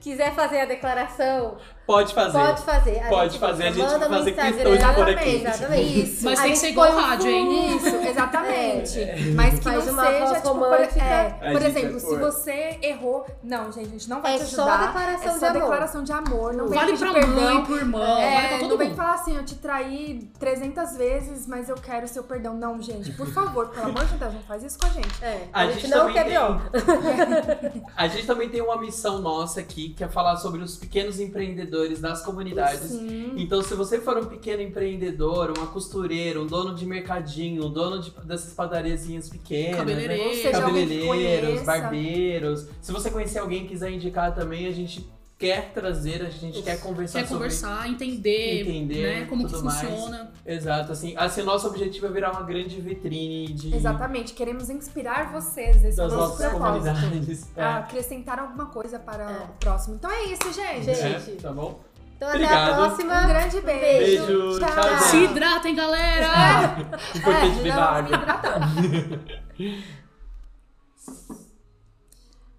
Speaker 4: quiser fazer a declaração,
Speaker 1: Pode fazer.
Speaker 4: pode fazer. A
Speaker 1: Pode
Speaker 4: gente
Speaker 1: fazer, a gente
Speaker 4: manda no
Speaker 1: fazer
Speaker 4: Instagram.
Speaker 1: questão de pôr aqui.
Speaker 4: Exatamente.
Speaker 2: Isso.
Speaker 3: Mas tem
Speaker 4: A
Speaker 3: que
Speaker 4: gente
Speaker 3: ser igual
Speaker 4: põe um
Speaker 3: rádio, hein?
Speaker 2: Isso, exatamente. Mas que
Speaker 4: Faz
Speaker 2: não
Speaker 4: uma
Speaker 2: seja,
Speaker 4: voz
Speaker 2: tipo, por,
Speaker 4: romântica.
Speaker 2: é,
Speaker 1: A
Speaker 2: por
Speaker 1: É. gente
Speaker 2: exemplo,
Speaker 1: vai
Speaker 2: se
Speaker 1: pôr.
Speaker 2: você errou, não, gente, a gente não vai
Speaker 4: É
Speaker 2: te
Speaker 4: só
Speaker 2: ajudar.
Speaker 4: declaração
Speaker 2: é
Speaker 4: de
Speaker 2: só
Speaker 4: amor.
Speaker 2: declaração de amor. Não
Speaker 3: Vale
Speaker 2: vem pedir
Speaker 3: pra
Speaker 2: perdão.
Speaker 3: mãe, pro irmão,
Speaker 2: É,
Speaker 3: vale pra
Speaker 2: não
Speaker 3: todo
Speaker 2: vem
Speaker 3: mundo.
Speaker 2: falar assim, eu te traí 300 vezes, mas eu quero seu perdão. Não, gente, por favor, pelo amor de Deus, não faz isso com a gente.
Speaker 4: É,
Speaker 1: A
Speaker 4: a,
Speaker 1: gente
Speaker 4: gente não
Speaker 1: também
Speaker 4: quer
Speaker 1: tem-
Speaker 4: bronca.
Speaker 1: A gente também tem uma missão nossa aqui, que é falar sobre os pequenos empreendedores das comunidades.
Speaker 2: Sim.
Speaker 1: Então, se você for um pequeno empreendedor, uma costureira, um dono de mercadinho, um dono de- dessas padariazinhas pequenas, né?
Speaker 3: Cabeleireiro.
Speaker 2: Ou seja, alguém que
Speaker 1: cabeleireiros,
Speaker 2: conheça.
Speaker 1: barbeiros. Se você conhecer alguém e quiser indicar também, a gente quer trazer, a gente quer conversar
Speaker 3: Quer
Speaker 1: sobre.
Speaker 3: conversar, entender,
Speaker 1: Entender,
Speaker 3: né, como que
Speaker 1: tudo mais.
Speaker 3: funciona.
Speaker 1: Exato, assim, assim, nosso objetivo é virar uma grande vitrine de
Speaker 2: Exatamente, queremos inspirar vocês. Esse é o
Speaker 1: das
Speaker 2: nosso
Speaker 1: nossas
Speaker 2: propósito.
Speaker 1: comunidades. É.
Speaker 2: a acrescentar alguma coisa para
Speaker 4: É.
Speaker 2: o próximo. Então é isso, gente.
Speaker 4: Gente,
Speaker 1: É, tá bom?
Speaker 4: Então até
Speaker 1: Obrigado.
Speaker 4: a próxima.
Speaker 2: Um grande beijo.
Speaker 1: Beijo, tchau,
Speaker 2: Tchau.
Speaker 1: gente.
Speaker 3: Se hidratem, galera!
Speaker 1: Importante
Speaker 2: É,
Speaker 1: beber
Speaker 2: não,
Speaker 1: água.
Speaker 2: me hidratar.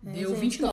Speaker 3: Deu É,
Speaker 2: gente,
Speaker 3: 29.